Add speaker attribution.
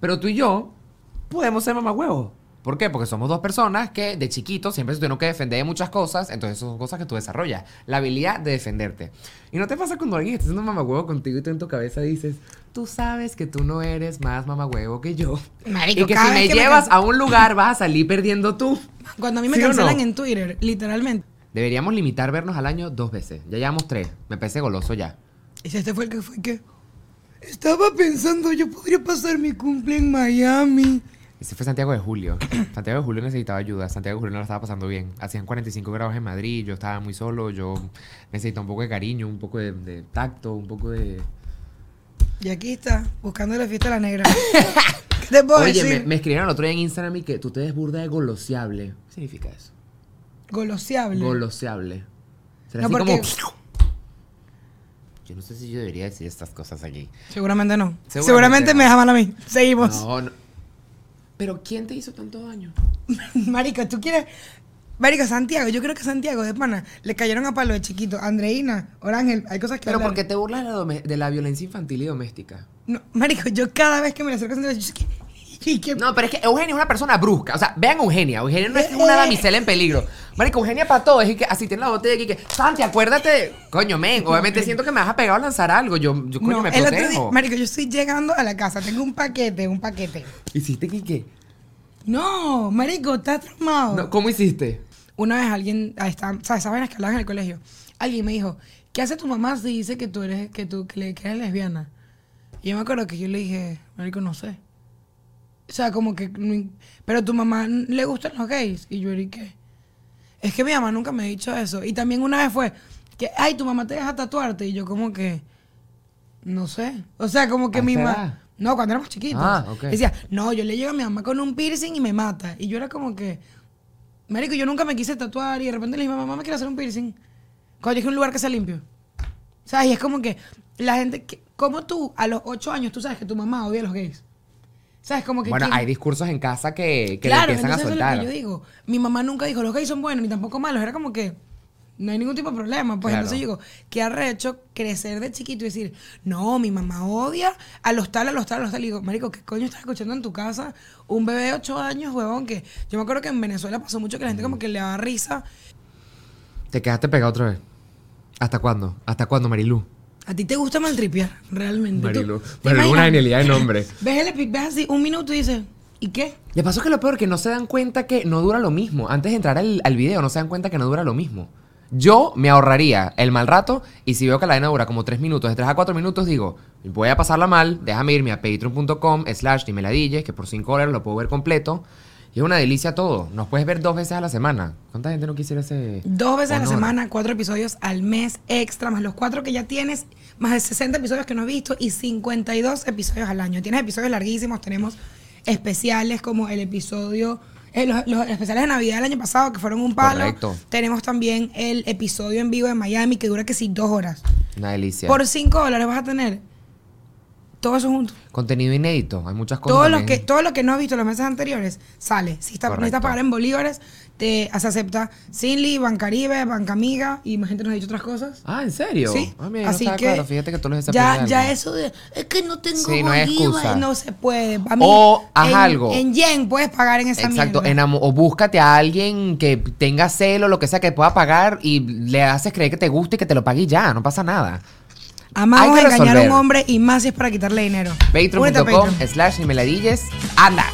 Speaker 1: Pero tú y yo podemos ser mamagüevos. ¿Por qué? Porque somos dos personas que de chiquitos siempre se tuvieron que defender de muchas cosas, entonces son cosas que tú desarrollas. La habilidad de defenderte. Y no te pasa cuando alguien está haciendo mamagüevo contigo y tú en tu cabeza dices, tú sabes que tú no eres más mamagüevo que yo.
Speaker 2: Marico,
Speaker 1: y que si
Speaker 2: cada
Speaker 1: me
Speaker 2: vez que me
Speaker 1: llevas
Speaker 2: canso-
Speaker 1: a un lugar vas a salir perdiendo tú.
Speaker 2: Cuando a mí me
Speaker 1: ¿Sí o no?
Speaker 2: cancelan en Twitter, literalmente.
Speaker 1: Deberíamos limitar vernos al año dos veces. Ya llevamos tres. Me parece goloso ya.
Speaker 2: Y este fue el que fue que. Estaba pensando, yo podría pasar mi cumple en Miami.
Speaker 1: Ese Este fue Santiago de Julio. Santiago de Julio necesitaba ayuda. Santiago de Julio no la estaba pasando bien. Hacían 45 grados en Madrid. Yo estaba muy solo. Yo necesitaba un poco de cariño, un poco de, de tacto, un poco de.
Speaker 2: Y aquí está, buscando la fiesta de la negra. ¿Qué te puedo
Speaker 1: Oye, me,
Speaker 2: decir?
Speaker 1: me escribieron el otro día en Instagram y que tú te des burda de goloseable. ¿Qué significa eso?
Speaker 2: Goloseable.
Speaker 1: Goloseable. Será así
Speaker 2: No, porque-
Speaker 1: como. Yo no sé si yo debería decir estas cosas aquí.
Speaker 2: Seguramente no.
Speaker 1: Seguramente
Speaker 2: Seguramente,
Speaker 1: no.
Speaker 2: me deja mal a mí. Seguimos.
Speaker 1: No, no. Pero ¿quién te hizo tanto daño?
Speaker 2: Marica, tú quieres. Marica, Santiago, yo creo que Santiago de Pana le cayeron a palo de chiquito. Andreina, Orángel, hay cosas que.
Speaker 1: Pero
Speaker 2: hablar.
Speaker 1: porque te burlas de la, dome- de la violencia infantil y doméstica.
Speaker 2: No, Marico, yo cada vez que me le acerco a Santiago, yo sé que. y que-
Speaker 1: No, pero es que Eugenia es una persona brusca. O sea, vean a Eugenia. Eugenia
Speaker 2: Eh,
Speaker 1: no es una damisela en peligro. Marico, Eugenia para todo. Es que así tiene la botella aquí que, Santi, acuérdate. de-". Coño, men, obviamente siento que me vas a pegar a lanzar algo. Yo, yo coño,
Speaker 2: No,
Speaker 1: me
Speaker 2: el otro día-
Speaker 1: protejo.
Speaker 2: Marico, yo estoy llegando a la casa, tengo un paquete, un paquete.
Speaker 1: ¿Hiciste que qué?
Speaker 2: No, Marico, estás traumado.
Speaker 1: No, ¿Cómo hiciste?
Speaker 2: Una vez alguien, ahí está, o sea, esas vainas que hablaban en el colegio, alguien me dijo, ¿qué hace tu mamá si dice que tú eres, que tú, que, le- que eres lesbiana? Y yo me acuerdo que yo le dije, marico, no sé. O sea, como que, no- pero tu mamá le gustan los gays. Y yo, ¿y qué? Es que mi mamá nunca me ha dicho eso. Y también una vez fue, que, ay, tu mamá te deja tatuarte. Y yo como que, no sé. O sea, como que
Speaker 1: ¿A
Speaker 2: mi
Speaker 1: esta edad?
Speaker 2: mamá... No, cuando éramos chiquitos.
Speaker 1: Ah, ok.
Speaker 2: Decía, no, yo le llego a mi mamá con un piercing y me mata. Y yo era como que, Marico, yo nunca me quise tatuar y de repente le dije, mamá, mamá, quiero hacer un piercing. Cuando llegué a un lugar que sea limpio. O sea, y es como que la gente, que, como tú, a los ocho años, tú sabes que tu mamá odia a los gays. ¿Sabes? Como que.
Speaker 1: Bueno,
Speaker 2: ¿quién-
Speaker 1: hay discursos en casa que, que le
Speaker 2: claro,
Speaker 1: empiezan a
Speaker 2: entonces eso es lo
Speaker 1: soltar.
Speaker 2: que yo digo. Mi mamá nunca dijo, los gays son buenos ni tampoco malos. Era como que no hay ningún tipo de problema. Pues
Speaker 1: Claro.
Speaker 2: entonces yo digo, ¿qué arrecho crecer de chiquito y decir, no, mi mamá odia a los tal, a los tal, a los tal? Y digo, Marico, ¿qué coño estás escuchando en tu casa? Un bebé de 8 años, huevón, que yo me acuerdo que en Venezuela pasó mucho que la gente como que le daba risa.
Speaker 1: Te quedaste pegado otra vez. ¿Hasta cuándo? ¿Hasta cuándo, Marilú?
Speaker 2: A ti te gusta maltripear, realmente. ¿Tú-
Speaker 1: Marilu.
Speaker 2: te
Speaker 1: Marilu, una
Speaker 2: imaginas?
Speaker 1: genialidad de nombre.
Speaker 2: ves, el, epi- ves así un minuto y dices, ¿y qué?
Speaker 1: Le pasó que lo peor que no se dan cuenta que no dura lo mismo. Antes de entrar al, al video, no se dan cuenta que no dura lo mismo. Yo me ahorraría el mal rato y si veo que la vaina dura como 3 minutos, de 3 a 4 minutos, digo, voy a pasarla mal, déjame irme a patreon.com slash ni me la dilles, que por 5 dólares lo puedo ver completo. Y es una delicia todo. Nos puedes ver dos veces a la semana. ¿Cuánta gente no quisiera ese...?
Speaker 2: Dos veces a la
Speaker 1: honor?
Speaker 2: semana, cuatro episodios al mes extra, más los cuatro que ya tienes, más de 60 episodios que no has visto y 52 episodios al año. Tienes episodios larguísimos, tenemos especiales como el episodio, eh, los, los especiales de Navidad del año pasado que fueron un palo.
Speaker 1: Correcto.
Speaker 2: Tenemos también el episodio en vivo de Miami que dura que sí dos horas.
Speaker 1: Una delicia.
Speaker 2: Por cinco dólares vas a tener todo eso junto.
Speaker 1: Contenido inédito. Hay muchas cosas
Speaker 2: Todo lo, que,
Speaker 1: también.
Speaker 2: todo lo que no has visto los meses anteriores sale. Si está,
Speaker 1: Correcto.
Speaker 2: necesitas pagar en bolívares, te se acepta Sinly, Bancaribe, Banca Amiga y más gente nos ha dicho otras cosas.
Speaker 1: Ah, ¿en serio?
Speaker 2: Sí,
Speaker 1: Ah, mira, yo no
Speaker 2: así
Speaker 1: estaba
Speaker 2: que
Speaker 1: claro. Fíjate que tú los
Speaker 2: ya, ya eso de es que no tengo
Speaker 1: Sí, no hay excusa.
Speaker 2: bolívares, no se puede. A mí,
Speaker 1: O haz
Speaker 2: en,
Speaker 1: algo.
Speaker 2: En yen puedes pagar en esa
Speaker 1: Exacto,
Speaker 2: mierda.
Speaker 1: enamo- o búscate a alguien que tenga celo, lo que sea, que pueda pagar y le haces creer que te guste y que te lo pague y ya, no pasa nada. hay
Speaker 2: Amamos
Speaker 1: que
Speaker 2: engañar a
Speaker 1: resolver.
Speaker 2: un hombre y más si es para quitarle dinero. Únete a
Speaker 1: Patreon.com slash ni meladilles, anda.